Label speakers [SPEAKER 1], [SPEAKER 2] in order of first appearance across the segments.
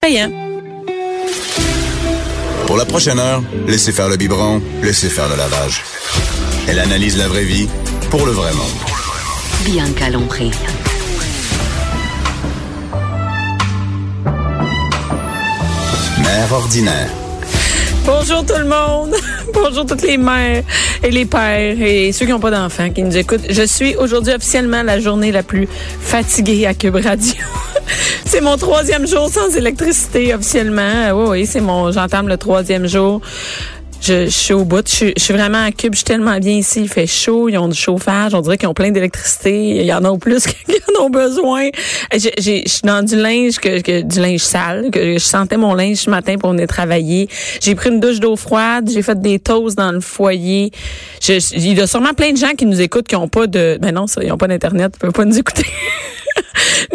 [SPEAKER 1] Payant.
[SPEAKER 2] Pour la prochaine heure, laissez faire le biberon, laissez faire le lavage. Elle analyse la vraie vie pour le vrai monde.
[SPEAKER 3] Bien calompré.
[SPEAKER 2] Mère ordinaire.
[SPEAKER 1] Bonjour tout le monde. Bonjour toutes les mères et les pères et ceux qui n'ont pas d'enfants qui nous écoutent. Je suis aujourd'hui officiellement la journée la plus fatiguée à Cube Radio. c'est mon troisième jour sans électricité officiellement. Euh, Oui, oui, c'est mon, j'entame le troisième jour. Je, je suis au bout. Je, suis- je suis vraiment à Cube. Je suis tellement bien ici. Il fait chaud. Ils ont du chauffage. On dirait qu'ils ont plein d'électricité. Il y en a au plus qu'ils en ont besoin. J'ai- j'ai- Je suis dans du linge, que, que- du linge sale. Que je sentais mon linge ce matin pour venir travailler. J'ai pris une douche d'eau froide. J'ai fait des toasts dans le foyer. Je- je- il y a sûrement plein de gens qui nous écoutent qui n'ont pas de... Ben non, ça, ils n'ont pas d'Internet. Ils peuvent pas nous écouter.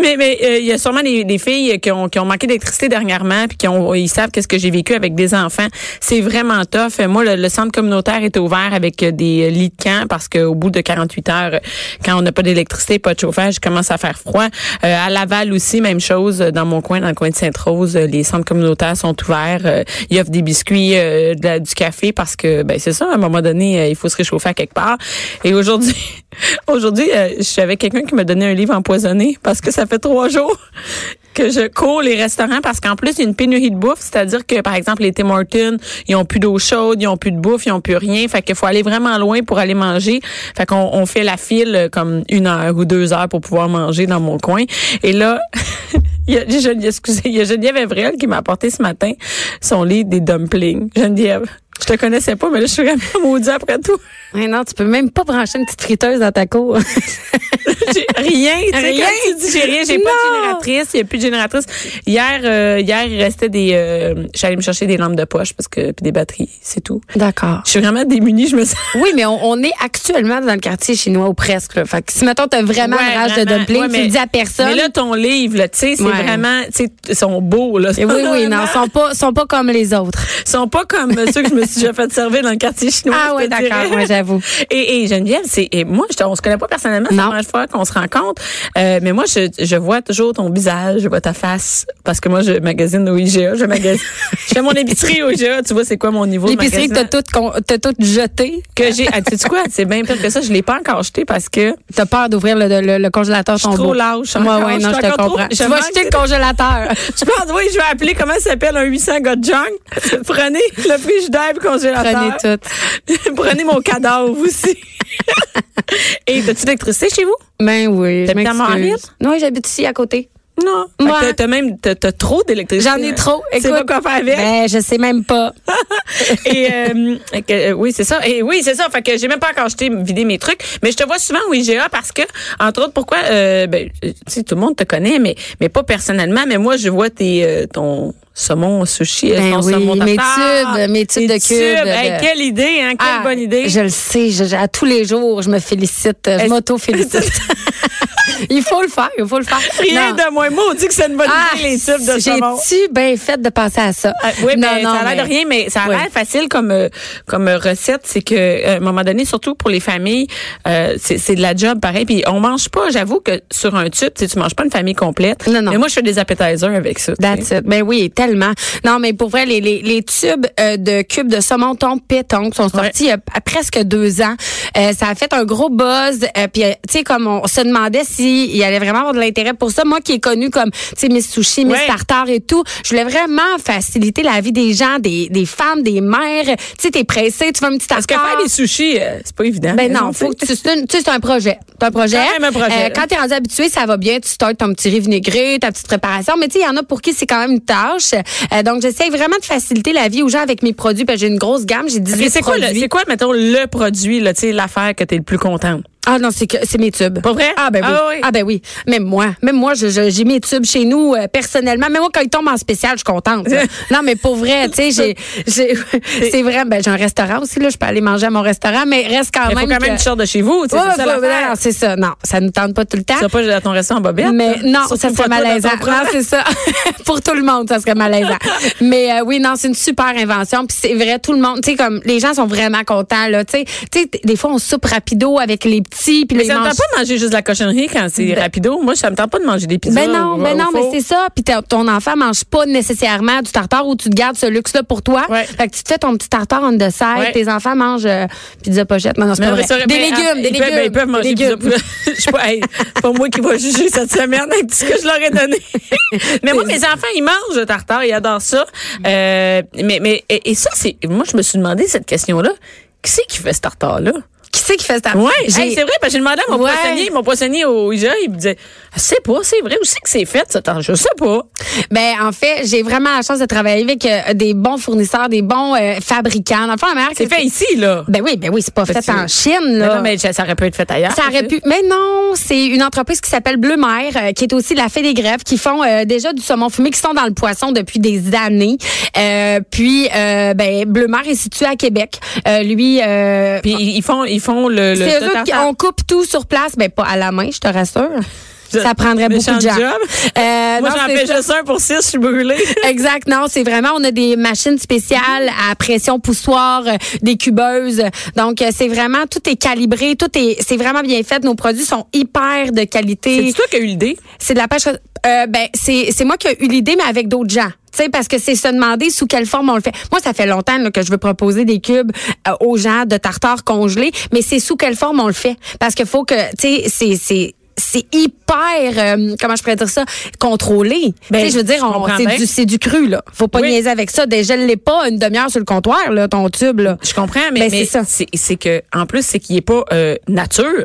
[SPEAKER 1] Mais mais euh, il y a sûrement des, des filles qui ont, qui ont manqué d'électricité dernièrement puis qui ont ils savent qu'est-ce que j'ai vécu avec des enfants. C'est vraiment tough. Euh, Moi le, le centre communautaire était ouvert avec euh, des euh, lits de camp parce qu'au bout de 48 heures euh, quand on n'a pas d'électricité, pas de chauffage, il commence à faire froid. Euh, à Laval aussi même chose euh, dans mon coin dans le coin de Sainte-Rose, euh, les centres communautaires sont ouverts, Euh, ils offrent des biscuits, euh, de la- du café parce que ben c'est ça à un moment donné euh, il faut se réchauffer à quelque part. Et aujourd'hui aujourd'hui euh, je suis avec quelqu'un qui m'a donné un livre empoisonné parce que ça fait trois jours que je cours les restaurants parce qu'en plus, il y a une pénurie de bouffe. C'est-à-dire que, par exemple, les Tim Hortons, ils ont plus d'eau chaude, ils ont plus de bouffe, ils ont plus rien. Fait qu'il faut aller vraiment loin pour aller manger. Fait qu'on on fait la file euh, comme une heure ou deux heures pour pouvoir manger dans mon coin. Et là, il y a, Gen- excusez, il y a Geneviève Evrel qui m'a apporté ce matin son lit des dumplings. Geneviève, je te connaissais pas, mais là, je suis vraiment maudite après tout.
[SPEAKER 4] Ouais, non, tu peux même pas brancher une petite friteuse dans ta cour.
[SPEAKER 1] J'ai rien, tu sais,
[SPEAKER 4] Rien.
[SPEAKER 1] quand tu dis j'ai rien, j'ai pas de
[SPEAKER 4] Non.
[SPEAKER 1] génératrice, il n'y a plus de génératrice. Hier, euh, hier, il restait des, euh, j'allais me chercher des lampes de poche parce que puis des batteries, c'est tout.
[SPEAKER 4] D'accord.
[SPEAKER 1] Je suis vraiment démunie, je me sens.
[SPEAKER 4] Oui, mais on, on est actuellement dans le quartier chinois ou presque. Là. Fait que si mettons t'as vraiment
[SPEAKER 1] Ouais,
[SPEAKER 4] une rage de
[SPEAKER 1] vraiment.
[SPEAKER 4] dumpling,
[SPEAKER 1] Ouais,
[SPEAKER 4] tu
[SPEAKER 1] mais-
[SPEAKER 4] le dis à personne.
[SPEAKER 1] Mais là, ton livre, là, tu sais, c'est
[SPEAKER 4] Ouais.
[SPEAKER 1] vraiment, tu sais, ils sont beaux, là.
[SPEAKER 4] Et oui, oui, non, sont pas, sont pas comme les autres.
[SPEAKER 1] Ils sont pas comme ceux que je me suis déjà fait servir dans le quartier chinois.
[SPEAKER 4] Ah
[SPEAKER 1] je
[SPEAKER 4] ouais,
[SPEAKER 1] te dirais.
[SPEAKER 4] d'accord, moi j'avoue.
[SPEAKER 1] Et, et Geneviève, c'est et moi, je, te- on se connaît pas personnellement, c'est la
[SPEAKER 4] Non.
[SPEAKER 1] première fois qu'on se rencontre. Euh, mais moi, je, je vois toujours ton visage, je vois ta face, parce que moi, je magasine au IGA, je magasine, je fais mon épicerie au IGA. Tu vois, c'est quoi mon niveau de
[SPEAKER 4] L'épicerie que t'as
[SPEAKER 1] magasinage?
[SPEAKER 4] toute, con- t'as toute jetée,
[SPEAKER 1] que j'ai. Ah, tu sais quoi C'est bien pire que ça. Je l'ai pas encore acheté parce que
[SPEAKER 4] t'as peur d'ouvrir le, le, le congélateur
[SPEAKER 1] suis trop
[SPEAKER 4] tombeau.
[SPEAKER 1] lâche
[SPEAKER 4] Ouais,
[SPEAKER 1] encore,
[SPEAKER 4] ouais,
[SPEAKER 1] je
[SPEAKER 4] non,
[SPEAKER 1] suis
[SPEAKER 4] je te
[SPEAKER 1] encore trop-
[SPEAKER 4] comprends.
[SPEAKER 1] je
[SPEAKER 4] tu vas
[SPEAKER 1] manque-
[SPEAKER 4] acheter le congélateur.
[SPEAKER 1] je pense oui, je vais appeler comment ça s'appelle un 800 gars de junk. Prenez le frigidaire et le
[SPEAKER 4] Prenez
[SPEAKER 1] congélateur.
[SPEAKER 4] tout.
[SPEAKER 1] tout. Prenez mon cadavre aussi. et t'as-tu de l'électricité chez vous
[SPEAKER 4] Ben oui.
[SPEAKER 1] T'habites à Montréal?
[SPEAKER 4] Non, j'habite ici à côté.
[SPEAKER 1] Non. Fait
[SPEAKER 4] Ouais.
[SPEAKER 1] que T'as t'as même t'as t'as trop d'électricité.
[SPEAKER 4] J'en ai trop.
[SPEAKER 1] Tu sais pas
[SPEAKER 4] Écoute.
[SPEAKER 1] quoi faire avec.
[SPEAKER 4] Ben, je sais même pas.
[SPEAKER 1] Et euh, que, euh, oui, c'est ça. Et oui, c'est ça. Fait que j'ai même pas encore acheté vidé mes trucs, mais je te vois souvent au IGA parce que entre autres pourquoi euh, ben euh, tu sais tout le monde te connaît mais mais pas personnellement, mais moi je vois tes euh, ton saumon au sushi, euh,
[SPEAKER 4] Ben
[SPEAKER 1] ton
[SPEAKER 4] oui,
[SPEAKER 1] saumon
[SPEAKER 4] mes
[SPEAKER 1] tartare,
[SPEAKER 4] tubes, mes
[SPEAKER 1] tes
[SPEAKER 4] tubes de cubes,
[SPEAKER 1] Hey,
[SPEAKER 4] de-
[SPEAKER 1] quelle idée hein, quelle
[SPEAKER 4] Ah,
[SPEAKER 1] bonne idée.
[SPEAKER 4] Je le sais, je- je- à tous les jours, je me félicite, euh,
[SPEAKER 1] Est-ce-
[SPEAKER 4] je m'auto-félicite. il faut le faire, il faut le faire.
[SPEAKER 1] Rien
[SPEAKER 4] Non.
[SPEAKER 1] de moins maudit que c'est une bonne
[SPEAKER 4] Ah,
[SPEAKER 1] idée les tubes de saumon.
[SPEAKER 4] j'ai-tu bien fait de passer à ça?
[SPEAKER 1] Ah, oui,
[SPEAKER 4] Non,
[SPEAKER 1] mais
[SPEAKER 4] non,
[SPEAKER 1] ça a l'air de
[SPEAKER 4] mais-
[SPEAKER 1] rien, mais ça a l'air
[SPEAKER 4] Oui.
[SPEAKER 1] facile comme euh, comme euh, recette. C'est que euh, à un moment donné, surtout pour les familles, euh, c'est c'est de la job pareil. Puis on mange pas. J'avoue que sur un tube, tu sais, tu manges pas une famille complète.
[SPEAKER 4] Non, non.
[SPEAKER 1] Mais moi, je fais des appetizers avec ça. tu sais.
[SPEAKER 4] That's it. Ben oui, tellement. Non, mais pour vrai, les, les, les tubes euh, de cubes de saumon ton pétanque sont sortis
[SPEAKER 1] Ouais.
[SPEAKER 4] il y a p- presque deux ans. Euh, ça a fait un gros buzz. euh, Puis, euh, tu sais, comme on se demandait s'il allait vraiment avoir de l'intérêt pour ça. Moi qui est connue comme, tu sais, Miss Sushi, Miss
[SPEAKER 1] Ouais.
[SPEAKER 4] Tartare et tout, je voulais vraiment faciliter la vie des gens, des, des femmes, des mères. Tu sais, t'es pressé, tu veux un petit
[SPEAKER 1] Parce que
[SPEAKER 4] tartare.
[SPEAKER 1] faire des sushis, euh, c'est pas évident. Mais
[SPEAKER 4] Ben non,
[SPEAKER 1] c'est-
[SPEAKER 4] faut que tu c'est une- tu sais c'est un projet, c'est un projet. Euh,
[SPEAKER 1] Quand même un projet, là.
[SPEAKER 4] quand t'es rendu habitué, ça va bien, tu startes ton petit riz vinaigré, ta petite préparation, mais tu sais il y en a pour qui c'est quand même une tâche. Euh, donc j'essaie vraiment de faciliter la vie aux gens avec mes produits parce que j'ai une grosse gamme, j'ai 18
[SPEAKER 1] Mais c'est quoi,
[SPEAKER 4] produits.
[SPEAKER 1] le- c'est quoi, mettons, le produit, là, tu sais, l'affaire que t'es le plus contente?
[SPEAKER 4] Ah non, c'est que c'est mes tubes.
[SPEAKER 1] Pas vrai?
[SPEAKER 4] Ah ben oui.
[SPEAKER 1] Ah
[SPEAKER 4] Ah,
[SPEAKER 1] oui.
[SPEAKER 4] ben oui. Même moi, même moi je- je- j'ai mes tubes chez nous euh, personnellement, même moi quand ils tombent en spécial, je suis contente. là. non mais pour vrai, tu sais j'ai j'ai- c'est vrai ben j'ai un restaurant aussi là, je peux aller manger à mon restaurant mais reste quand
[SPEAKER 1] Il faut
[SPEAKER 4] Ah, même
[SPEAKER 1] quand même
[SPEAKER 4] que-
[SPEAKER 1] que tu sortes de chez vous, tu sais,
[SPEAKER 4] Ouais,
[SPEAKER 1] Oh, c'est ça
[SPEAKER 4] ouais, ouais,
[SPEAKER 1] l'affaire.
[SPEAKER 4] non, c'est ça. Non, ça nous tente pas tout le temps.
[SPEAKER 1] Tu vas pas à ton restaurant en bobette.
[SPEAKER 4] Mais
[SPEAKER 1] là.
[SPEAKER 4] non,
[SPEAKER 1] Surtout
[SPEAKER 4] ça
[SPEAKER 1] pas
[SPEAKER 4] serait
[SPEAKER 1] toi dans ton
[SPEAKER 4] malaisant.
[SPEAKER 1] propre-
[SPEAKER 4] Non, c'est ça. Pour tout le monde, ça serait malaisant. Mais euh, oui, non, c'est une super invention. Puis c'est vrai, tout le monde, tu sais, comme les gens sont vraiment contents là. Tu sais, Tu sais, t- des fois on soupe rapido avec les petits, puis là,
[SPEAKER 1] Mais
[SPEAKER 4] ils
[SPEAKER 1] ça me
[SPEAKER 4] mangent-
[SPEAKER 1] tente pas de manger juste de la cochonnerie quand c'est rapido. Moi, ça me tente pas de manger des pizzas.
[SPEAKER 4] Ben non,
[SPEAKER 1] au-
[SPEAKER 4] ben
[SPEAKER 1] au
[SPEAKER 4] non, mais
[SPEAKER 1] four.
[SPEAKER 4] c'est ça. Puis ta- ton enfant mange pas nécessairement du tartare ou tu te gardes ce luxe-là pour toi.
[SPEAKER 1] Ouais.
[SPEAKER 4] Fait que tu te fais ton petit tartare on the side.
[SPEAKER 1] Ouais.
[SPEAKER 4] Tes enfants mangent euh, pizza pochette. Non, non, c'est
[SPEAKER 1] Mais
[SPEAKER 4] pas vrai.
[SPEAKER 1] ça aurait-
[SPEAKER 4] Des
[SPEAKER 1] ben,
[SPEAKER 4] légumes,
[SPEAKER 1] ils
[SPEAKER 4] des
[SPEAKER 1] peuvent-
[SPEAKER 4] légumes.
[SPEAKER 1] ben, ils peuvent
[SPEAKER 4] des
[SPEAKER 1] manger
[SPEAKER 4] légumes.
[SPEAKER 1] pizza poulet. Je sais pas, hey, c'est pas moi qui va juger cette semaine avec tout ce que je leur ai donné. mais moi, mes enfants, ils mangent le tartare, ils adorent ça.
[SPEAKER 4] Mm.
[SPEAKER 1] Euh, mais, mais, et, et ça, c'est, moi, je me suis demandé cette question-là. Qui c'est qui fait ce tartare-là?
[SPEAKER 4] Qui c'est qui fait ça?
[SPEAKER 1] Oui,
[SPEAKER 4] J'ai-
[SPEAKER 1] c'est vrai, parce que j'ai demandé à mon
[SPEAKER 4] Ouais.
[SPEAKER 1] poissonnier, mon poissonnier au IGA, il me disait, je sais pas, c'est vrai, où c'est que c'est fait, ce tartare? Je sais pas.
[SPEAKER 4] Ben en fait, j'ai vraiment la chance de travailler avec euh, des bons fournisseurs, des bons euh, fabricants. Dans le fond, la meilleure
[SPEAKER 1] C'est fait ici, là.
[SPEAKER 4] Ben oui, ben oui, c'est pas
[SPEAKER 1] Parce
[SPEAKER 4] fait
[SPEAKER 1] que-
[SPEAKER 4] en
[SPEAKER 1] Mais
[SPEAKER 4] Chine là.
[SPEAKER 1] non, mais ça ça aurait pu être fait ailleurs.
[SPEAKER 4] Ça aurait pu. Mais non, c'est une entreprise qui s'appelle Bleu Mer, euh, qui est aussi la fée des grèves, qui font euh, déjà du saumon fumé, qui sont dans le poisson depuis des années. Euh, puis, euh, ben, Bleu Mer est situé à Québec. Euh, lui, euh,
[SPEAKER 1] Puis ils ils font, ils font le, le
[SPEAKER 4] c'est
[SPEAKER 1] ce
[SPEAKER 4] eux qui-
[SPEAKER 1] tartare.
[SPEAKER 4] on coupe tout sur place, ben pas à la main, je te rassure.
[SPEAKER 1] Je-
[SPEAKER 4] Ça prendrait beaucoup
[SPEAKER 1] méchant
[SPEAKER 4] de gens.
[SPEAKER 1] job.
[SPEAKER 4] Euh,
[SPEAKER 1] Moi,
[SPEAKER 4] non,
[SPEAKER 1] j'en
[SPEAKER 4] c'est
[SPEAKER 1] fais
[SPEAKER 4] ça.
[SPEAKER 1] juste un pour six, je suis brûlée.
[SPEAKER 4] Exact, non, c'est vraiment, on a des machines spéciales à pression poussoir, euh, des cubeuses. Donc, euh, c'est vraiment, tout est calibré, tout est, c'est vraiment bien fait. Nos produits sont hyper de qualité.
[SPEAKER 1] C'est toi qui as eu l'idée.
[SPEAKER 4] C'est de la pêche. Euh, ben, c'est c'est moi qui ai eu l'idée, mais avec d'autres gens. Tu sais, parce que c'est se demander sous quelle forme on le fait. Moi, ça fait longtemps là, que je veux proposer des cubes euh, aux gens de tartare congelé, mais c'est sous quelle forme on le fait. Parce que faut que, tu sais, c'est... c'est c'est hyper euh, comment je pourrais dire ça contrôlé.
[SPEAKER 1] Ben,
[SPEAKER 4] tu sais je veux dire
[SPEAKER 1] je
[SPEAKER 4] on-
[SPEAKER 1] comprends bien.
[SPEAKER 4] c'est du c'est du cru là. Faut pas
[SPEAKER 1] Oui.
[SPEAKER 4] niaiser avec ça. Déjà l'ai pas une demi-heure sur le comptoir là ton tube là.
[SPEAKER 1] Je comprends, mais,
[SPEAKER 4] Ben,
[SPEAKER 1] mais
[SPEAKER 4] c'est ça.
[SPEAKER 1] c'est c'est que en plus c'est qu'il est pas euh, nature.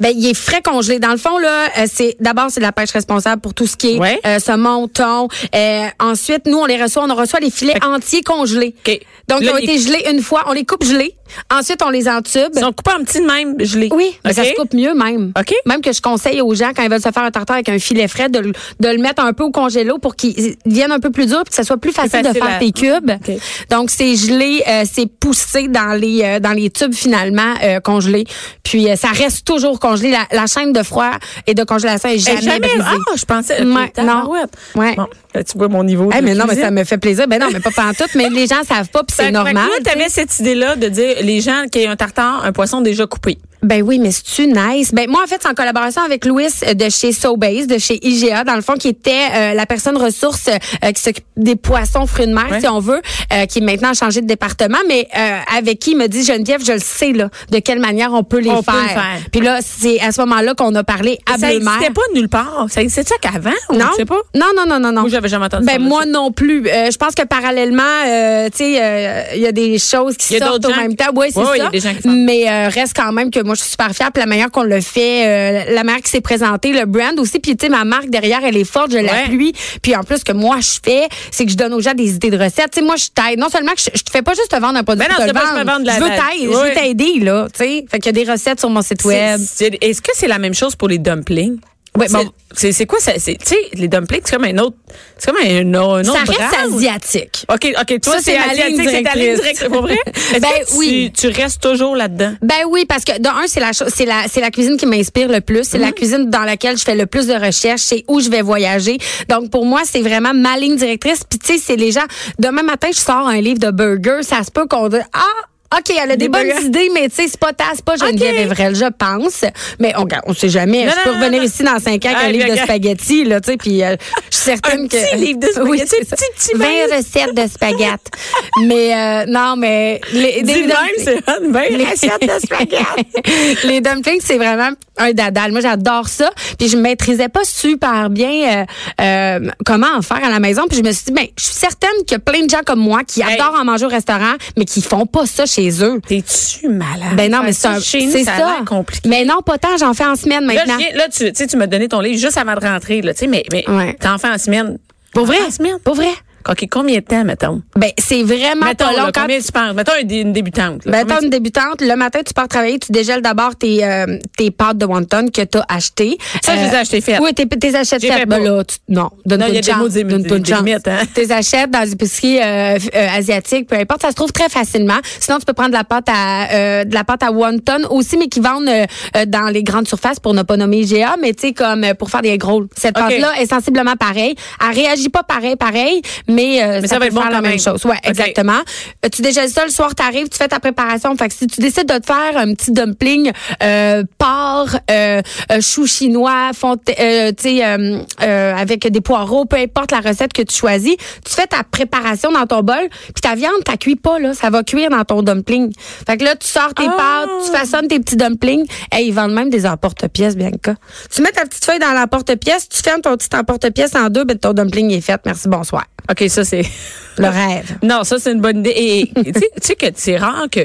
[SPEAKER 4] Ben, il est frais congelé. Dans le fond, là, euh, c'est d'abord c'est de la pêche responsable pour tout ce qui est
[SPEAKER 1] Ouais.
[SPEAKER 4] euh, saumon, thon. Euh, ensuite, nous, on les reçoit, on reçoit les filets entiers congelés.
[SPEAKER 1] OK.
[SPEAKER 4] Donc,
[SPEAKER 1] Là,
[SPEAKER 4] ils ont
[SPEAKER 1] ils-
[SPEAKER 4] été gelés une fois, on les coupe gelés. Ensuite, on les entube.
[SPEAKER 1] Ils sont coupés en petits de même, je l'ai.
[SPEAKER 4] Oui, mais ça
[SPEAKER 1] OK?
[SPEAKER 4] se coupe mieux même.
[SPEAKER 1] OK.
[SPEAKER 4] Même que je conseille aux gens quand ils veulent se faire un tartare avec un filet frais de, le- de le mettre un peu au congélo pour qu'il vienne un peu plus dur puis que ça soit plus facile, de
[SPEAKER 1] facile
[SPEAKER 4] faire
[SPEAKER 1] à-
[SPEAKER 4] tes cubes.
[SPEAKER 1] OK.
[SPEAKER 4] Donc c'est gelé, euh, c'est poussé dans les euh, dans les tubes finalement euh, congelés. Puis euh, ça reste toujours congelé. La, la chaîne de froid et de congélation est
[SPEAKER 1] Eh,
[SPEAKER 4] jamais,
[SPEAKER 1] jamais.
[SPEAKER 4] brisée.
[SPEAKER 1] Ah, je pensais.
[SPEAKER 4] Ouais,
[SPEAKER 1] putain,
[SPEAKER 4] non.
[SPEAKER 1] ouais.
[SPEAKER 4] Ouais.
[SPEAKER 1] Bon, là, tu vois mon niveau.
[SPEAKER 4] Eh,
[SPEAKER 1] de
[SPEAKER 4] mais non, mais
[SPEAKER 1] cuisine. Ben,
[SPEAKER 4] ça me fait plaisir. Ben non, mais pas en tout. Mais les gens savent pas, puis
[SPEAKER 1] Fait
[SPEAKER 4] c'est
[SPEAKER 1] que-
[SPEAKER 4] normal.
[SPEAKER 1] Fait que là, t'avais cette idée-là de dire les gens qui aient un tartare, un poisson déjà coupé.
[SPEAKER 4] Ben oui, mais c'est-tu nice? Ben moi, en fait, c'est en collaboration avec Louis euh, de chez Sobase, de chez IGA, dans le fond, qui était euh, la personne ressource euh, qui s'occupe des poissons, fruits de mer,
[SPEAKER 1] Ouais.
[SPEAKER 4] si on veut, euh, qui est maintenant changé de département, mais euh, avec qui il me dit, Geneviève, je le sais, là, de quelle manière on peut les
[SPEAKER 1] On peut
[SPEAKER 4] faire.
[SPEAKER 1] le faire.
[SPEAKER 4] Puis là, c'est à ce moment-là qu'on a parlé à
[SPEAKER 1] ça
[SPEAKER 4] Bleu-Mer.
[SPEAKER 1] n'existait pas nulle part. Ça existait qu'avant.
[SPEAKER 4] Non.
[SPEAKER 1] Je sais pas.
[SPEAKER 4] Non, non, non, non, non.
[SPEAKER 1] Moi, j'avais jamais entendu
[SPEAKER 4] Ben
[SPEAKER 1] parler de
[SPEAKER 4] moi
[SPEAKER 1] ça.
[SPEAKER 4] non plus. Euh, je pense que parallèlement, euh, tu sais, euh, il y a des choses qui
[SPEAKER 1] Il y a
[SPEAKER 4] sortent
[SPEAKER 1] d'autres
[SPEAKER 4] au
[SPEAKER 1] gens
[SPEAKER 4] même
[SPEAKER 1] qui-
[SPEAKER 4] temps. Oui, c'est
[SPEAKER 1] Ouais, ouais, il y
[SPEAKER 4] ça.
[SPEAKER 1] a des gens qui font.
[SPEAKER 4] Mais euh, reste quand même que moi, je suis super fière. Puis la manière qu'on le fait, euh, la manière qui s'est présentée, le brand aussi. Puis tu sais, ma marque derrière, elle est forte. Je l'appuie. Puis en plus, ce que moi je fais, c'est que je donne aux gens des idées de recettes. Tu sais, moi, je t'aide. Non seulement que je, je te fais pas juste te vendre un produit,
[SPEAKER 1] Ben non,
[SPEAKER 4] pour te
[SPEAKER 1] c'est pas
[SPEAKER 4] le
[SPEAKER 1] juste me vendre de la-
[SPEAKER 4] je veux
[SPEAKER 1] la-
[SPEAKER 4] t'aider, je
[SPEAKER 1] Ouais.
[SPEAKER 4] veux t'aider là. Tu sais, fait qu'il y a des recettes sur mon site web.
[SPEAKER 1] C'est- c'est- Est-ce que c'est la même chose pour les dumplings?
[SPEAKER 4] Ouais,
[SPEAKER 1] C'est-
[SPEAKER 4] bon.
[SPEAKER 1] C'est c'est quoi ça? c'est- Tu sais, les dumplings, c'est comme un autre. C'est comme un, un autre.
[SPEAKER 4] Ça reste
[SPEAKER 1] brand.
[SPEAKER 4] asiatique.
[SPEAKER 1] OK, OK. Toi,
[SPEAKER 4] Ça,
[SPEAKER 1] c'est
[SPEAKER 4] c'est ma
[SPEAKER 1] asiatique,
[SPEAKER 4] ligne
[SPEAKER 1] c'est ta ligne
[SPEAKER 4] directrice.
[SPEAKER 1] directe, c'est pas vrai? Est-ce
[SPEAKER 4] Ben
[SPEAKER 1] que tu-
[SPEAKER 4] oui.
[SPEAKER 1] Tu restes toujours là-dedans.
[SPEAKER 4] Ben oui, parce que de un, c'est la cho- c'est la c'est la cuisine qui m'inspire le plus, c'est
[SPEAKER 1] Mhm.
[SPEAKER 4] la cuisine dans laquelle je fais le plus de recherches, c'est où je vais voyager. Donc pour moi, c'est vraiment ma ligne directrice. Puis tu sais, c'est les gens. Demain matin, je sors un livre de burgers, ça se peut qu'on dise ah. OK, elle a des,
[SPEAKER 1] Des
[SPEAKER 4] bonnes
[SPEAKER 1] burgers.
[SPEAKER 4] idées, mais tu sais, c'est pas ta, c'est pas Geneviève
[SPEAKER 1] OK.
[SPEAKER 4] Evrel, je pense. Mais on, on sait jamais.
[SPEAKER 1] Non,
[SPEAKER 4] je
[SPEAKER 1] non,
[SPEAKER 4] peux
[SPEAKER 1] non,
[SPEAKER 4] revenir
[SPEAKER 1] non.
[SPEAKER 4] ici dans cinq ans avec
[SPEAKER 1] Ah,
[SPEAKER 4] un livre de
[SPEAKER 1] bien.
[SPEAKER 4] spaghettis, là, tu sais, puis euh, je suis certaine
[SPEAKER 1] Un
[SPEAKER 4] que...
[SPEAKER 1] petit livre de
[SPEAKER 4] Oui,
[SPEAKER 1] spaghettis,
[SPEAKER 4] c'est ça.
[SPEAKER 1] petit, petit
[SPEAKER 4] 20
[SPEAKER 1] même.
[SPEAKER 4] recettes de spaghettis. mais euh, non, mais...
[SPEAKER 1] Dis
[SPEAKER 4] Les, des-
[SPEAKER 1] le même, c'est un bain, assiette de spaghetti.
[SPEAKER 4] les dumplings, c'est vraiment un dadal. Moi, j'adore ça. Puis je maîtrisais pas super bien euh, euh, comment en faire à la maison. Puis je me suis dit, ben, je suis certaine qu'il y a plein de gens comme moi qui
[SPEAKER 1] Hey.
[SPEAKER 4] adorent en manger au restaurant, mais qui font pas ça chez eux.
[SPEAKER 1] T'es-tu malade?
[SPEAKER 4] Ben non, mais
[SPEAKER 1] Parce
[SPEAKER 4] c'est un-
[SPEAKER 1] que chez nous,
[SPEAKER 4] c'est
[SPEAKER 1] Ah, ça. a
[SPEAKER 4] ça.
[SPEAKER 1] l'air compliqué.
[SPEAKER 4] Mais non, pas tant. J'en fais en semaine
[SPEAKER 1] Là,
[SPEAKER 4] maintenant.
[SPEAKER 1] je viens- là, tu, tu sais, tu m'as donné ton livre juste avant de rentrer, là, tu sais, mais, mais
[SPEAKER 4] Ouais.
[SPEAKER 1] t'en fais en semaine.
[SPEAKER 4] Pour vrai?
[SPEAKER 1] En semaine?
[SPEAKER 4] Pour vrai?
[SPEAKER 1] OK, combien de temps, mettons?
[SPEAKER 4] Ben, c'est vraiment
[SPEAKER 1] Mettons,
[SPEAKER 4] pas long.
[SPEAKER 1] là,
[SPEAKER 4] Quand
[SPEAKER 1] combien tu penses? Mettons une, dé- une débutante. là.
[SPEAKER 4] Ben,
[SPEAKER 1] Combien
[SPEAKER 4] t'as une débutante, le matin, tu pars travailler, tu dégèles d'abord tes, euh, tes pâtes de wonton que t'as achetées. Euh,
[SPEAKER 1] Ça, je les ai achetées faites.
[SPEAKER 4] Oui, t'es, t'es achètes
[SPEAKER 1] J'ai fait
[SPEAKER 4] faites. Ben
[SPEAKER 1] pas.
[SPEAKER 4] là, tu- non, donne-toi
[SPEAKER 1] Non, il y a
[SPEAKER 4] une
[SPEAKER 1] des mots,
[SPEAKER 4] chance.
[SPEAKER 1] des-
[SPEAKER 4] Donne-toi une
[SPEAKER 1] des
[SPEAKER 4] chance.
[SPEAKER 1] limites, hein.
[SPEAKER 4] T'es achètes dans une épicerie euh, f- euh, asiatique, peu importe, ça se trouve très facilement. Sinon, tu peux prendre de la pâte à, euh, de la pâte à wonton aussi, mais qui vendent euh, euh, dans les grandes surfaces pour ne pas nommer IGA, mais tu sais, comme euh, pour faire des gros. Cette
[SPEAKER 1] OK.
[SPEAKER 4] pâte-là est sensiblement pareille. Elle réagit pas pareil, pareil, mais, euh,
[SPEAKER 1] Mais ça
[SPEAKER 4] ça,
[SPEAKER 1] va
[SPEAKER 4] peut
[SPEAKER 1] être bon
[SPEAKER 4] faire la
[SPEAKER 1] quand
[SPEAKER 4] même
[SPEAKER 1] même.
[SPEAKER 4] chose. Ouais,
[SPEAKER 1] OK.
[SPEAKER 4] exactement. Euh, tu déjà ça le soir, t'arrives, tu fais ta préparation. Fait que si tu décides de te faire un petit dumpling euh, porc, euh, euh, chou chinois, fond- euh, tu sais, euh, euh, avec des poireaux, peu importe la recette que tu choisis, tu fais ta préparation dans ton bol, puis ta viande, t'as cuit pas là, ça va cuire dans ton dumpling. Fait que là, tu sors tes
[SPEAKER 1] Ah!
[SPEAKER 4] pâtes, tu façonnes tes petits dumplings. Hey, ils vendent même des emporte-pièces, Bianca. Tu mets ta petite feuille dans l'emporte-pièce, tu fermes ton petit emporte-pièce en deux, ben ton dumpling est fait. Merci, bonsoir.
[SPEAKER 1] OK, ça, c'est.
[SPEAKER 4] Le rêve.
[SPEAKER 1] Non, ça, c'est une bonne idée. Et, et, tu sais- tu sais que c'est rare que.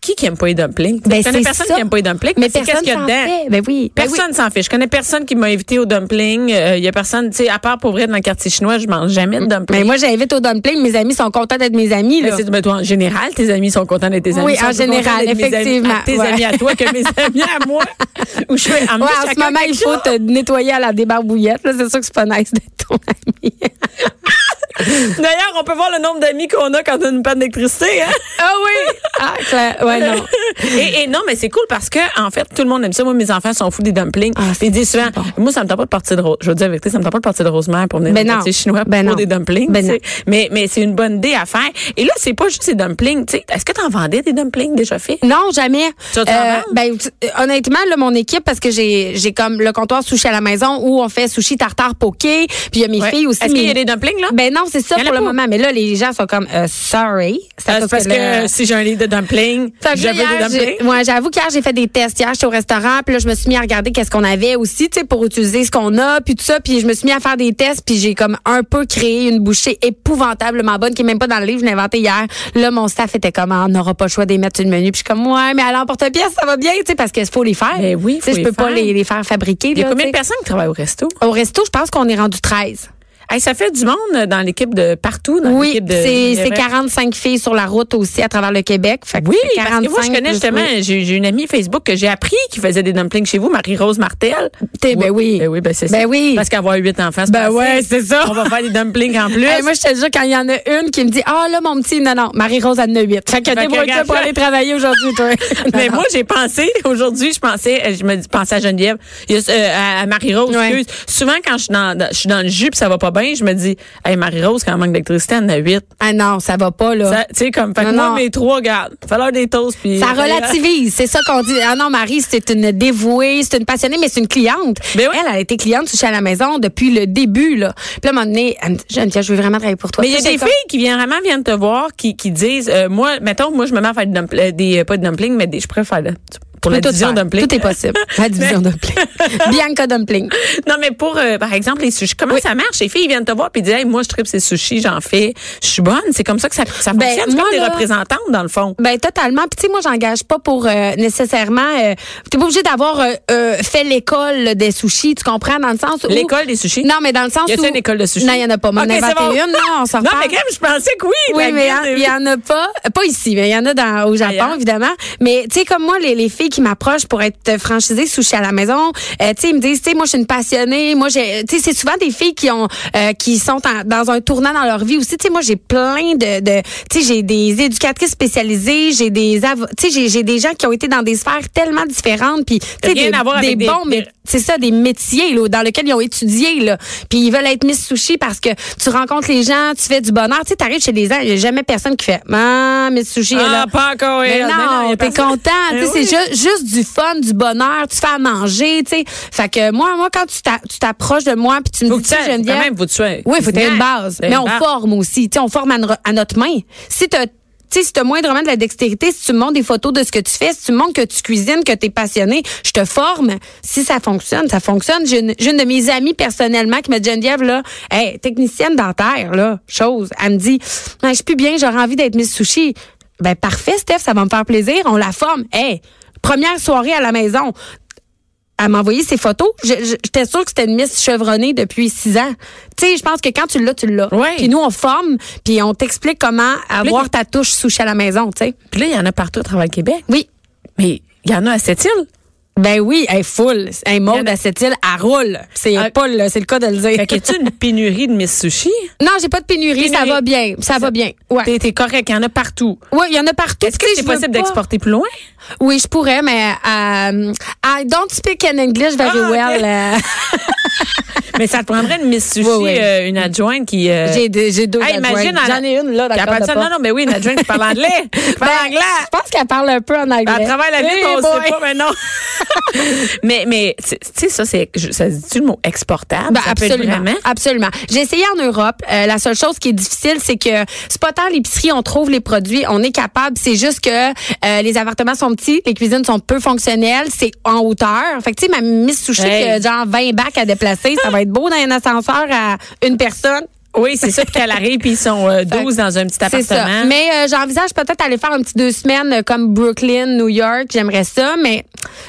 [SPEAKER 1] Qui qui aime pas les dumplings?
[SPEAKER 4] Ben,
[SPEAKER 1] je connais
[SPEAKER 4] c'est
[SPEAKER 1] personne
[SPEAKER 4] ça.
[SPEAKER 1] qui aime pas les dumplings.
[SPEAKER 4] Mais
[SPEAKER 1] tu sais
[SPEAKER 4] personne
[SPEAKER 1] qu'est-ce qu'il y a
[SPEAKER 4] s'en
[SPEAKER 1] dedans?
[SPEAKER 4] fait. Ben oui, ben oui.
[SPEAKER 1] Personne s'en fait. Je connais personne qui m'a invité au dumpling. Il y a personne, tu sais, à part pour vrai dans le quartier chinois, je mange jamais de dumplings.
[SPEAKER 4] Mais moi, j'invite au dumpling. Mes amis sont contents d'être mes amis.
[SPEAKER 1] Mais
[SPEAKER 4] Ben Là.
[SPEAKER 1] c'est- mais toi, en général, tes amis sont contents d'être tes amis.
[SPEAKER 4] Oui,
[SPEAKER 1] sont
[SPEAKER 4] en
[SPEAKER 1] plus contents
[SPEAKER 4] général,
[SPEAKER 1] d'être mes amis-
[SPEAKER 4] effectivement,
[SPEAKER 1] à Tes
[SPEAKER 4] ouais.
[SPEAKER 1] amis à toi que mes amis à moi. Ou je fais, en
[SPEAKER 4] Ouais,
[SPEAKER 1] plus,
[SPEAKER 4] en ce
[SPEAKER 1] chacun
[SPEAKER 4] moment, il
[SPEAKER 1] quelque
[SPEAKER 4] faut
[SPEAKER 1] chose.
[SPEAKER 4] te nettoyer à la débarbouillette. Là, c'est sûr que c'est pas nice d'être ton ami.
[SPEAKER 1] D'ailleurs, on peut voir le nombre d'amis qu'on a quand on a une panne d'électricité. Hein?
[SPEAKER 4] ah oui! Ah, clair. Ouais, non.
[SPEAKER 1] et, et non, mais c'est cool parce que, en fait, tout le monde aime ça. Moi, mes enfants sont fous des dumplings.
[SPEAKER 4] Ah, c'est
[SPEAKER 1] ils disent souvent, moi, ça me tente pas de partir de Rose. Je veux dire, avec toi, ça me tente pas de partir de Rosemère pour venir
[SPEAKER 4] Ben
[SPEAKER 1] dans
[SPEAKER 4] non.
[SPEAKER 1] le quartier chinois
[SPEAKER 4] Ben
[SPEAKER 1] pour
[SPEAKER 4] non.
[SPEAKER 1] des dumplings.
[SPEAKER 4] Ben
[SPEAKER 1] tu sais.
[SPEAKER 4] non.
[SPEAKER 1] mais mais c'est une bonne idée à faire. Et là, c'est pas juste des dumplings. tu sais. Est-ce que t'en vendais des dumplings déjà faits?
[SPEAKER 4] Non, jamais.
[SPEAKER 1] Tu vas te faire mal?
[SPEAKER 4] ben, tu- euh, honnêtement, là, mon équipe, parce que j'ai j'ai comme le comptoir sushi à la maison où on fait sushi tartare poké. Puis il y a mes
[SPEAKER 1] Ouais.
[SPEAKER 4] filles aussi.
[SPEAKER 1] Est-ce qu'il y a des
[SPEAKER 4] mais-
[SPEAKER 1] dumplings, là?
[SPEAKER 4] Ben non, c'est ça
[SPEAKER 1] Il y en a
[SPEAKER 4] pour le
[SPEAKER 1] pas.
[SPEAKER 4] moment. Mais là, les gens sont comme euh, sorry. C'est à
[SPEAKER 1] Ah,
[SPEAKER 4] cause
[SPEAKER 1] c'est parce que,
[SPEAKER 4] le-
[SPEAKER 1] si j'ai un livre de dumplings,
[SPEAKER 4] Fait que
[SPEAKER 1] je veux
[SPEAKER 4] là, hier,
[SPEAKER 1] des dumplings.
[SPEAKER 4] j'ai- ouais, j'avoue qu'hier, j'ai fait des tests. Hier, j'étais au restaurant, puis là, je me suis mis à regarder qu'est-ce qu'on avait aussi, tu sais, pour utiliser ce qu'on a, puis tout ça. Puis je me suis mis à faire des tests, puis j'ai comme un peu créé une bouchée épouvantablement bonne, qui est même pas dans le livre, je l'ai inventée hier. Là, mon staff était comme, Ah, on n'aura pas le choix d'y mettre sur le menu. Puis je suis comme, ouais, mais à l'emporte-pièce, ça va bien, tu sais, parce qu'il faut les faire.
[SPEAKER 1] Ben oui,
[SPEAKER 4] Tu sais,
[SPEAKER 1] faut
[SPEAKER 4] je
[SPEAKER 1] les
[SPEAKER 4] peux pas
[SPEAKER 1] faire.
[SPEAKER 4] les, les faire fabriquer.
[SPEAKER 1] Il y a
[SPEAKER 4] là,
[SPEAKER 1] combien de
[SPEAKER 4] tu sais.
[SPEAKER 1] personnes qui travaillent au resto?
[SPEAKER 4] Au resto, je pense qu'on est rendu 13.
[SPEAKER 1] Hey, ça fait du monde dans l'équipe de partout, dans
[SPEAKER 4] Oui,
[SPEAKER 1] l'équipe de.
[SPEAKER 4] c'est c'est
[SPEAKER 1] Mirabelle.
[SPEAKER 4] 45 filles sur la route aussi à travers le Québec. Fait que
[SPEAKER 1] Oui,
[SPEAKER 4] c'est
[SPEAKER 1] parce que moi, je
[SPEAKER 4] 45
[SPEAKER 1] connais
[SPEAKER 4] plus-
[SPEAKER 1] justement,
[SPEAKER 4] oui.
[SPEAKER 1] j'ai j'ai une amie Facebook que j'ai appris qui faisait des dumplings chez vous, Marie-Rose Martel.
[SPEAKER 4] T'es- ben oui.
[SPEAKER 1] Ben oui, ben c'est
[SPEAKER 4] Ben
[SPEAKER 1] ça.
[SPEAKER 4] oui.
[SPEAKER 1] Parce qu'avoir huit enfants, c'est
[SPEAKER 4] Ben
[SPEAKER 1] pas
[SPEAKER 4] ouais,
[SPEAKER 1] assez.
[SPEAKER 4] c'est ça.
[SPEAKER 1] On va faire des dumplings en plus.
[SPEAKER 4] Hey, moi, je te jure, quand il y en a une qui me dit, ah, là, mon petit, non, non, Marie-Rose, elle en a 8. Fait que
[SPEAKER 1] que
[SPEAKER 4] débrouille-toi
[SPEAKER 1] regarde
[SPEAKER 4] pour
[SPEAKER 1] ça.
[SPEAKER 4] aller travailler aujourd'hui, toi.
[SPEAKER 1] mais
[SPEAKER 4] Non,
[SPEAKER 1] moi, j'ai pensé, aujourd'hui, je pensais, euh, je me dis- pensais à Geneviève, il y a, euh, à à Marie-Rose,
[SPEAKER 4] Ouais.
[SPEAKER 1] excuse. Souvent, quand je suis dans, dans- je suis dans le jus pis ça va pas bien, je me dis, hey, Marie-Rose, quand elle manque d'électricité, elle en a huit.
[SPEAKER 4] non. Ah non, ça va pas, là.
[SPEAKER 1] Ça,
[SPEAKER 4] Ça,
[SPEAKER 1] Tu sais, comme, fait que
[SPEAKER 4] Non,
[SPEAKER 1] moi,
[SPEAKER 4] non.
[SPEAKER 1] mes trois, regarde, falloir des toasts puis.
[SPEAKER 4] relativise, c'est ça qu'on dit. Ah non, Marie, c'est une dévouée, c'est une passionnée, mais c'est une cliente.
[SPEAKER 1] Ben oui.
[SPEAKER 4] Elle, elle a été cliente chez à la maison depuis le début, là. Puis là, à un moment donné, elle me dit, Geneviève, je veux vraiment travailler pour toi.
[SPEAKER 1] Mais il y a
[SPEAKER 4] Puis j'ai
[SPEAKER 1] des
[SPEAKER 4] comme-
[SPEAKER 1] filles qui viennent vraiment viennent te voir qui, qui disent euh, moi mettons moi je me mets à faire des, dumpl- euh, des euh, pas de dumplings mais des, je préfère le- pour
[SPEAKER 4] Tu
[SPEAKER 1] la
[SPEAKER 4] peux tout
[SPEAKER 1] division
[SPEAKER 4] faire.
[SPEAKER 1] dumpling.
[SPEAKER 4] Tout est possible. La division dumpling. Bianca dumpling.
[SPEAKER 1] non mais pour euh, par exemple les sushis comment ça marche les filles viennent te voir puis disent hey, moi je tripe ces sushis j'en fais je suis bonne c'est comme ça que ça, ça
[SPEAKER 4] Ben,
[SPEAKER 1] fonctionne c'est
[SPEAKER 4] moi,
[SPEAKER 1] comme des
[SPEAKER 4] là-
[SPEAKER 1] représentantes dans le fond.
[SPEAKER 4] Ben totalement. Puis tu sais, moi, j'engage pas pour euh, nécessairement. Euh, T'es pas obligé d'avoir euh, euh, fait l'école des sushis. Tu comprends dans le sens où
[SPEAKER 1] L'école des sushis?
[SPEAKER 4] Non, mais dans le sens
[SPEAKER 1] Y a-t-il
[SPEAKER 4] où
[SPEAKER 1] une école de sushis?
[SPEAKER 4] Non, il y en a pas. Mais
[SPEAKER 1] Ok,
[SPEAKER 4] on a
[SPEAKER 1] c'est
[SPEAKER 4] inventé
[SPEAKER 1] bon.
[SPEAKER 4] une. Non, on s'en
[SPEAKER 1] Non
[SPEAKER 4] reparle.
[SPEAKER 1] mais quand même je pensais que oui.
[SPEAKER 4] Oui,
[SPEAKER 1] la
[SPEAKER 4] mais
[SPEAKER 1] guide
[SPEAKER 4] il
[SPEAKER 1] est-
[SPEAKER 4] y, en a pas. Pas ici, mais il y en a dans, au Japon,
[SPEAKER 1] Ailleurs.
[SPEAKER 4] évidemment. Mais tu sais, comme moi, les, les filles qui m'approchent pour être franchisées sushi à la maison, euh, tu sais, ils me disent, tu sais, moi, je suis une passionnée. Moi, j'ai, tu sais, c'est souvent des filles qui ont, euh, qui sont en- dans un tournant dans leur vie aussi. Tu sais, moi, j'ai plein de, de tu sais, j'ai des éducatrices spécialisées, j'ai des, avo- tu sais, j'ai- j'ai des gens qui ont été dans des sphères tellement différentes, puis tu sais,
[SPEAKER 1] Rien
[SPEAKER 4] des,
[SPEAKER 1] à voir
[SPEAKER 4] des
[SPEAKER 1] avec des-
[SPEAKER 4] bons, mais
[SPEAKER 1] des-
[SPEAKER 4] c'est ça, des métiers là, dans lesquels ils ont étudié. Là. Puis ils veulent être Miss Sushi parce que tu rencontres les gens, tu fais du bonheur. Tu sais, t'arrives chez les gens, il n'y a jamais personne qui fait « Ah, Miss Sushi est là
[SPEAKER 1] Ah, ». pas encore.
[SPEAKER 4] Mais
[SPEAKER 1] elle. Mais non,
[SPEAKER 4] non,
[SPEAKER 1] y a
[SPEAKER 4] t'es
[SPEAKER 1] personne.
[SPEAKER 4] content. tu
[SPEAKER 1] Eh
[SPEAKER 4] sais,
[SPEAKER 1] oui.
[SPEAKER 4] C'est ju- juste, du fun, du bonheur. Tu fais à manger, tu sais. Fait que moi, moi, quand tu t'a- tu t'approches de moi puis tu me
[SPEAKER 1] Faut
[SPEAKER 4] dis
[SPEAKER 1] que
[SPEAKER 4] tu sais,
[SPEAKER 1] tu- quand
[SPEAKER 4] Geneviève-
[SPEAKER 1] même, faut que tu sois-
[SPEAKER 4] Oui, faut que tu aies une base.
[SPEAKER 1] T'as une
[SPEAKER 4] Mais on
[SPEAKER 1] base.
[SPEAKER 4] forme aussi. Tu sais, on forme à, no- à notre main. Si t'as tu sais, si t'as moindrement de la dextérité, si tu me montres des photos de ce que tu fais, si tu me montres que tu cuisines, que tu es passionné, je te forme. Si ça fonctionne, ça fonctionne. J'ai une, j'ai une de mes amies personnellement qui m'a dit, Geneviève, là, hey, technicienne dentaire, là, chose. Elle me dit, Ah, je suis plus bien, j'aurais envie d'être Miss Sushi. Ben, parfait, Steph, ça va me faire plaisir. On la forme. Hey, première soirée à la maison à m'envoyer ses photos. Je- je- J'étais sûre que c'était une Miss chevronnée depuis six ans. Tu sais, je pense que quand tu l'as, tu l'as.
[SPEAKER 1] Ouais.
[SPEAKER 4] Puis nous, on forme, puis on t'explique comment avoir
[SPEAKER 1] il-
[SPEAKER 4] ta touche souche à la maison, tu sais.
[SPEAKER 1] Puis là il y en a partout à travers le Québec.
[SPEAKER 4] Oui.
[SPEAKER 1] Mais il y en a à Sept-Îles.
[SPEAKER 4] Ben oui, elle est full. Elle mode à cette île, elle roule. C'est
[SPEAKER 1] Ah.
[SPEAKER 4] pas le, c'est le cas de le dire.
[SPEAKER 1] Fait que tu une pénurie de Miss Sushi?
[SPEAKER 4] Non, j'ai pas de pénurie, ça
[SPEAKER 1] Pénurie.
[SPEAKER 4] va bien. Ça, va bien. Ouais.
[SPEAKER 1] T'es- T'es correct, il y en a partout.
[SPEAKER 4] Ouais, il y en a partout.
[SPEAKER 1] Est-ce que
[SPEAKER 4] Tu sais,
[SPEAKER 1] c'est
[SPEAKER 4] je veux
[SPEAKER 1] possible
[SPEAKER 4] pas-
[SPEAKER 1] d'exporter plus loin?
[SPEAKER 4] Oui, je pourrais, mais euh, I don't speak in English very
[SPEAKER 1] Ah, ok.
[SPEAKER 4] well. euh,
[SPEAKER 1] Mais ça te prendrait une Miss Sushi,
[SPEAKER 4] Oui, oui.
[SPEAKER 1] euh, une adjointe qui. euh,
[SPEAKER 4] j'ai deux, j'ai deux.
[SPEAKER 1] Hey,
[SPEAKER 4] adjointes.
[SPEAKER 1] imagine,
[SPEAKER 4] J'en ai une là. dans
[SPEAKER 1] qui
[SPEAKER 4] le
[SPEAKER 1] appelle
[SPEAKER 4] corps de
[SPEAKER 1] ça-
[SPEAKER 4] porte.
[SPEAKER 1] Non, non, mais oui, une adjointe qui parle anglais. Qui parle
[SPEAKER 4] Ben,
[SPEAKER 1] anglais.
[SPEAKER 4] Je pense qu'elle parle un peu en anglais.
[SPEAKER 1] Elle travaille la vie,
[SPEAKER 4] Hey
[SPEAKER 1] mais on ne
[SPEAKER 4] boy.
[SPEAKER 1] sait pas, mais non. mais, mais tu tu sais, ça, c'est, je- ça se dit-tu le mot exportable?
[SPEAKER 4] Ben,
[SPEAKER 1] Ça peut être
[SPEAKER 4] absolument,
[SPEAKER 1] vraiment?
[SPEAKER 4] absolument. J'ai essayé en Europe. Euh, la seule chose qui est difficile, c'est que c'est pas tant l'épicerie, on trouve les produits, on est capable. C'est juste que euh, les appartements sont petits, les cuisines sont peu fonctionnelles, c'est en hauteur. Fait que tu sais, ma mise sushi,
[SPEAKER 1] Hey.
[SPEAKER 4] que genre 20 bacs à déplacer, ça va être beau dans un ascenseur à une personne.
[SPEAKER 1] Oui, c'est ça, puis qu'elle arrive, puis ils sont euh, 12 dans un petit
[SPEAKER 4] C'est ça.
[SPEAKER 1] appartement.
[SPEAKER 4] Mais euh, j'envisage peut-être aller faire un petit deux semaines euh, comme Brooklyn, New York. J'aimerais ça, mais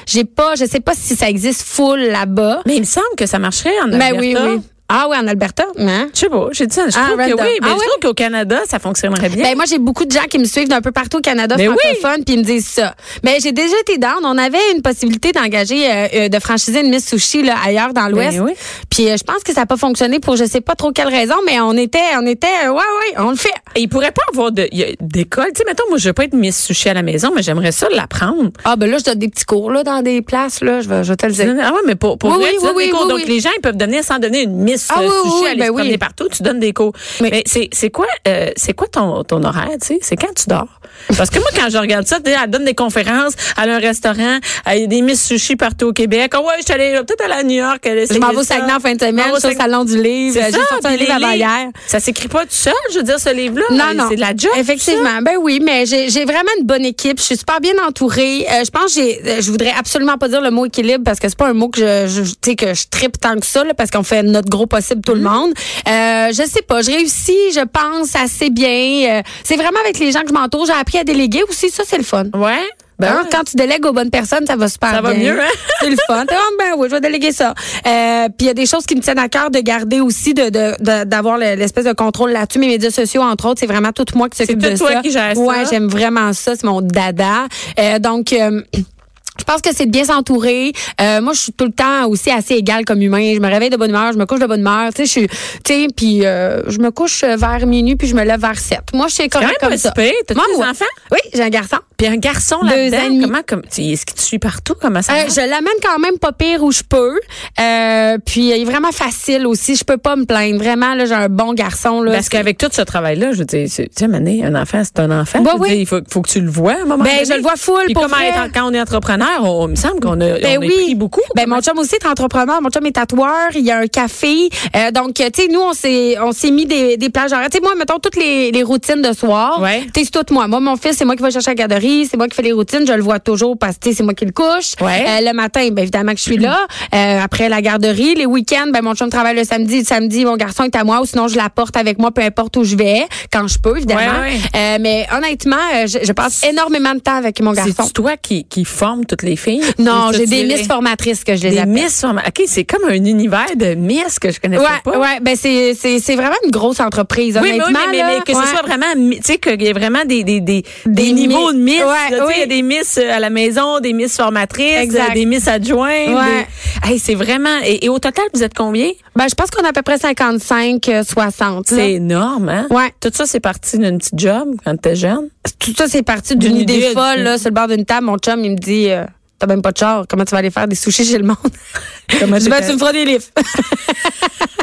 [SPEAKER 4] j'ai pas, je sais pas si ça existe full là-bas.
[SPEAKER 1] Mais il me semble que ça marcherait en
[SPEAKER 4] Mais
[SPEAKER 1] Alberta.
[SPEAKER 4] oui, oui. Ah oui, en Alberta. Hein?
[SPEAKER 1] Je sais pas, j'ai dit ça. Je
[SPEAKER 4] Ah,
[SPEAKER 1] trouve que
[SPEAKER 4] random.
[SPEAKER 1] oui, mais
[SPEAKER 4] Ah,
[SPEAKER 1] je
[SPEAKER 4] ouais?
[SPEAKER 1] trouve qu'au Canada, ça fonctionnerait bien.
[SPEAKER 4] Ben, moi, j'ai beaucoup de gens qui me suivent d'un peu partout au Canada
[SPEAKER 1] Mais oui.
[SPEAKER 4] francophone, puis ils me disent ça. Mais j'ai déjà été down. On avait une possibilité d'engager, euh, euh, de franchiser une Miss Sushi là, ailleurs dans l'Ouest.
[SPEAKER 1] Ben oui.
[SPEAKER 4] Puis euh, je pense que ça n'a pas fonctionné pour je sais pas trop quelle raison, mais on était, on était, euh, ouais, ouais, on le fait.
[SPEAKER 1] Et il pourrait pas avoir de- y a- d'école. Tu sais, mettons, moi, je veux pas être Miss Sushi à la maison, mais j'aimerais ça l'apprendre.
[SPEAKER 4] Ah ben là, je donne des petits cours là dans des places là. Je vais, je vais te le dire.
[SPEAKER 1] Ah ouais, mais pour, pour
[SPEAKER 4] Oui,
[SPEAKER 1] vrai,
[SPEAKER 4] oui,
[SPEAKER 1] tu donnes
[SPEAKER 4] oui,
[SPEAKER 1] des cours.
[SPEAKER 4] oui,
[SPEAKER 1] Donc,
[SPEAKER 4] oui.
[SPEAKER 1] les gens, ils peuvent donner, sans donner une miss
[SPEAKER 4] Ah
[SPEAKER 1] euh,
[SPEAKER 4] oui,
[SPEAKER 1] sushi,
[SPEAKER 4] oui,
[SPEAKER 1] aller
[SPEAKER 4] ben
[SPEAKER 1] se
[SPEAKER 4] oui.
[SPEAKER 1] promener partout, tu donnes des cours.
[SPEAKER 4] Mais-
[SPEAKER 1] Mais, c'est, c'est quoi, euh, c'est quoi ton, ton horaire, tu sais? C'est quand tu dors? Parce que moi, quand je regarde ça, tu sais, elle donne des conférences, elle a un restaurant, elle a des miss sushi partout au Québec. Ah ouais, je suis allée euh, peut-être aller à New York. elle a
[SPEAKER 4] Je
[SPEAKER 1] essayé
[SPEAKER 4] m'en vais au
[SPEAKER 1] ça.
[SPEAKER 4] Saguenay en fin de
[SPEAKER 1] Je m'en
[SPEAKER 4] semaine,
[SPEAKER 1] vais
[SPEAKER 4] je
[SPEAKER 1] au
[SPEAKER 4] suis au
[SPEAKER 1] Saguenay.
[SPEAKER 4] salon du livre.
[SPEAKER 1] C'est
[SPEAKER 4] J'ai
[SPEAKER 1] ça,
[SPEAKER 4] sorti un
[SPEAKER 1] puis les
[SPEAKER 4] livre avant
[SPEAKER 1] livres,
[SPEAKER 4] hier.
[SPEAKER 1] Ça s'écrit pas tout seul, je veux dire, ce livre-là.
[SPEAKER 4] Non,
[SPEAKER 1] Euh,
[SPEAKER 4] non.
[SPEAKER 1] C'est de la job. ça.
[SPEAKER 4] Effectivement. Ben oui, mais j'ai j'ai vraiment une bonne équipe. Je suis super bien entourée. Euh, je pense que j'ai, euh, je voudrais absolument pas dire le mot équilibre parce que c'est pas un mot que je, je- tu sais, que je tripe tant que ça, là, parce qu'on fait notre gros possible tout
[SPEAKER 1] Mm-hmm.
[SPEAKER 4] le monde. Euh, je sais pas. Je réussis, je pense assez bien. Euh, c'est vraiment avec les gens que je m'entoure. J'ai appris à déléguer aussi. Ça, c'est le fun.
[SPEAKER 1] Ouais. Ah
[SPEAKER 4] Ben,
[SPEAKER 1] Ouais.
[SPEAKER 4] quand tu délègues aux bonnes personnes, ça va super
[SPEAKER 1] Ça
[SPEAKER 4] bien.
[SPEAKER 1] va mieux, hein?
[SPEAKER 4] C'est le fun. T'es, Ah, ben oui, je vais déléguer ça. Euh, Puis il y a des choses qui me tiennent à cœur de garder aussi, de, de, de- d'avoir le- l'espèce de contrôle là-dessus. Mes médias sociaux, entre autres, c'est vraiment tout moi qui s'occupe
[SPEAKER 1] tout
[SPEAKER 4] de ça.
[SPEAKER 1] toi qui gères ça.
[SPEAKER 4] Ouais, j'aime vraiment ça. C'est mon dada. Euh, donc... euh, je pense que c'est de bien s'entourer. Euh, moi, je suis tout le temps aussi assez égale comme humain. Je me réveille de bonne humeur, je me couche de bonne humeur. Tu sais, je suis, tu sais, puis euh, je me couche vers minuit puis je me lève vers 7. Moi, je suis
[SPEAKER 1] quand
[SPEAKER 4] correcte
[SPEAKER 1] même pas
[SPEAKER 4] comme ça.
[SPEAKER 1] si pire. T'as-tu
[SPEAKER 4] Moi,
[SPEAKER 1] des
[SPEAKER 4] moi.
[SPEAKER 1] enfants?
[SPEAKER 4] Oui, j'ai un garçon.
[SPEAKER 1] Puis un garçon
[SPEAKER 4] Deux ans et demi.
[SPEAKER 1] là-dedans, comment, comme, tu- est-ce que tu suis partout? Comment ça
[SPEAKER 4] Euh,
[SPEAKER 1] marche?
[SPEAKER 4] je l'amène quand même pas pire où je peux. Euh, puis il est vraiment facile aussi. Je peux pas me plaindre. Vraiment, là, j'ai un bon garçon. Là,
[SPEAKER 1] Parce
[SPEAKER 4] C'est-
[SPEAKER 1] qu'avec tout ce travail-là, je veux dire, c'est- tu sais, Mané, un enfant, c'est un enfant.
[SPEAKER 4] Bah
[SPEAKER 1] Je veux
[SPEAKER 4] oui.
[SPEAKER 1] dire, il faut, faut que tu le vois à un moment
[SPEAKER 4] Ben,
[SPEAKER 1] donné.
[SPEAKER 4] je le vois full,
[SPEAKER 1] Puis
[SPEAKER 4] pour
[SPEAKER 1] comment
[SPEAKER 4] vrai.
[SPEAKER 1] être- quand on est entrepreneur, on, il me semble qu'on a,
[SPEAKER 4] Ben
[SPEAKER 1] on a
[SPEAKER 4] oui.
[SPEAKER 1] pris beaucoup. hein.
[SPEAKER 4] Ben, mon chum aussi est entrepreneur. Mon chum est tatoueur. Il a un café. Euh, donc, tu sais, nous, on s'est, on s'est mis des, des plages horaires. Tu sais, moi, mettons toutes les, les routines de soir.
[SPEAKER 1] Ouais.
[SPEAKER 4] Tu sais, c'est tout moi. Moi, mon fils, c'est moi qui vais chercher à la garderie. C'est moi qui fais les routines. Je le vois toujours parce que, tu sais, c'est moi qui le couche.
[SPEAKER 1] Ouais.
[SPEAKER 4] Euh, le matin, ben, évidemment que je suis là. Euh, après la garderie, les week-ends, ben, mon chum travaille le samedi. Le samedi, mon garçon est à moi ou sinon, je l'apporte avec moi, peu importe où je vais, quand je peux, évidemment.
[SPEAKER 1] Ouais, ouais.
[SPEAKER 4] Euh, mais honnêtement, euh, je, je passe énormément de temps avec mon
[SPEAKER 1] c'est
[SPEAKER 4] garçon.
[SPEAKER 1] toi qui, qui forme toutes les filles.
[SPEAKER 4] Non,
[SPEAKER 1] Ou ça,
[SPEAKER 4] j'ai
[SPEAKER 1] tu
[SPEAKER 4] des
[SPEAKER 1] les-
[SPEAKER 4] miss formatrices que je les
[SPEAKER 1] Des
[SPEAKER 4] appelle.
[SPEAKER 1] miss form- OK, c'est comme un univers de miss que je connaissais
[SPEAKER 4] Ouais,
[SPEAKER 1] pas.
[SPEAKER 4] ouais, ben c'est c'est c'est vraiment une grosse entreprise
[SPEAKER 1] Oui, mais,
[SPEAKER 4] honnêtement
[SPEAKER 1] oui, mais, mais-
[SPEAKER 4] là.
[SPEAKER 1] mais que
[SPEAKER 4] Ouais.
[SPEAKER 1] ce soit vraiment, mi- tu sais, qu'il y ait vraiment des, des, des,
[SPEAKER 4] Des
[SPEAKER 1] des niveaux
[SPEAKER 4] mi-
[SPEAKER 1] de miss. là,
[SPEAKER 4] Ouais,
[SPEAKER 1] tu sais,
[SPEAKER 4] oui.
[SPEAKER 1] Il y a des miss euh, à la maison, des miss formatrices,
[SPEAKER 4] Exact.
[SPEAKER 1] euh, des miss adjointes.
[SPEAKER 4] Ouais.
[SPEAKER 1] des- Hey, c'est vraiment. Et, et au total, vous êtes combien?
[SPEAKER 4] ben je pense qu'on a à peu près 55 euh, 60 là.
[SPEAKER 1] C'est énorme, hein?
[SPEAKER 4] Ouais.
[SPEAKER 1] Tout ça, c'est parti d'une petite job quand t'es jeune.
[SPEAKER 4] Tout ça c'est parti d'une
[SPEAKER 1] D'une
[SPEAKER 4] idée,
[SPEAKER 1] idée,
[SPEAKER 4] folle
[SPEAKER 1] d'une-
[SPEAKER 4] là sur le bord d'une table mon chum il me dit euh, T'as même pas de char, comment tu vas aller faire des sushis chez le monde?
[SPEAKER 1] Comment
[SPEAKER 4] Je dis,
[SPEAKER 1] t'es-
[SPEAKER 4] ben, tu me feras des livres.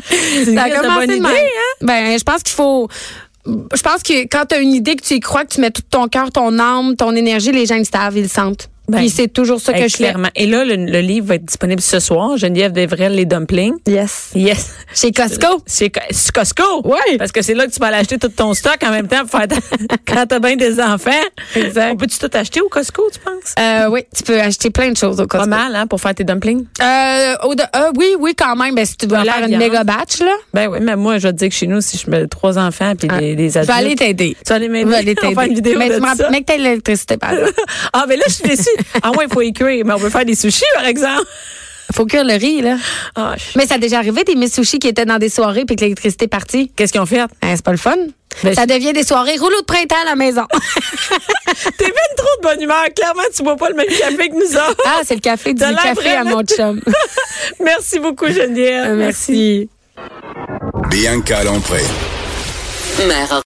[SPEAKER 1] C'est
[SPEAKER 4] Ça a
[SPEAKER 1] une
[SPEAKER 4] commencé
[SPEAKER 1] bonne
[SPEAKER 4] de
[SPEAKER 1] idée,
[SPEAKER 4] même.
[SPEAKER 1] hein?
[SPEAKER 4] Ben, je pense qu'il faut. Je pense que quand tu as une idée que tu y crois, que tu mets tout ton cœur, ton âme, ton énergie, les gens ils le savent, ils le sentent.
[SPEAKER 1] Ben,
[SPEAKER 4] Puis c'est toujours ça que
[SPEAKER 1] Hey,
[SPEAKER 4] je fais.
[SPEAKER 1] clairement. Et là, le, le livre va être disponible ce soir. Geneviève Devrel, les dumplings.
[SPEAKER 4] Yes.
[SPEAKER 1] Yes.
[SPEAKER 4] Chez Costco.
[SPEAKER 1] C'est Co- c'est Costco.
[SPEAKER 4] Ouais.
[SPEAKER 1] Parce que c'est là que tu vas aller acheter tout ton stock en même temps pour faire ta- quand t'as bien des enfants.
[SPEAKER 4] Exact.
[SPEAKER 1] On peut-tu tout acheter au Costco, tu penses?
[SPEAKER 4] Euh, oui, tu peux acheter plein de choses au Costco.
[SPEAKER 1] Pas mal, hein, pour faire tes dumplings.
[SPEAKER 4] Euh, au de- euh, oui, oui, quand même. Ben, si tu dois
[SPEAKER 1] La
[SPEAKER 4] faire une
[SPEAKER 1] viande.
[SPEAKER 4] méga batch, là,
[SPEAKER 1] Ben oui, mais moi, je vais te dire que chez nous, si je mets trois enfants puis Ah, des, des
[SPEAKER 4] je
[SPEAKER 1] adultes.
[SPEAKER 4] vais aller t'aider.
[SPEAKER 1] Tu vas aller
[SPEAKER 4] Je
[SPEAKER 1] m'aider.
[SPEAKER 4] vais aller
[SPEAKER 1] On va faire une
[SPEAKER 4] t'aider.
[SPEAKER 1] vidéo
[SPEAKER 4] Mais
[SPEAKER 1] de
[SPEAKER 4] tu me
[SPEAKER 1] ça. ben
[SPEAKER 4] rappelles- mais que t'aies l'électricité, par exemple.
[SPEAKER 1] ah, mais là, je suis déçue. Ah ouais, il faut y cuire. Mais on peut faire des sushis, par exemple.
[SPEAKER 4] Faut cuire le riz, là.
[SPEAKER 1] Ah, je-
[SPEAKER 4] Mais ça a déjà arrivé des Miss Sushi qui étaient dans des soirées puis que l'électricité est partie.
[SPEAKER 1] Qu'est-ce qu'ils ont fait?
[SPEAKER 4] Hein, c'est pas le fun.
[SPEAKER 1] Ben,
[SPEAKER 4] ça devient des soirées rouleaux de printemps à la maison.
[SPEAKER 1] T'es bien trop de bonne humeur. Clairement, tu bois pas le même café que nous autres.
[SPEAKER 4] ah, c'est le café du
[SPEAKER 1] T'as l'air
[SPEAKER 4] café à
[SPEAKER 1] vraiment-
[SPEAKER 4] mon chum.
[SPEAKER 1] Merci beaucoup, Geneviève.
[SPEAKER 4] Euh, Merci.
[SPEAKER 2] Bianca Lompré.
[SPEAKER 3] Mère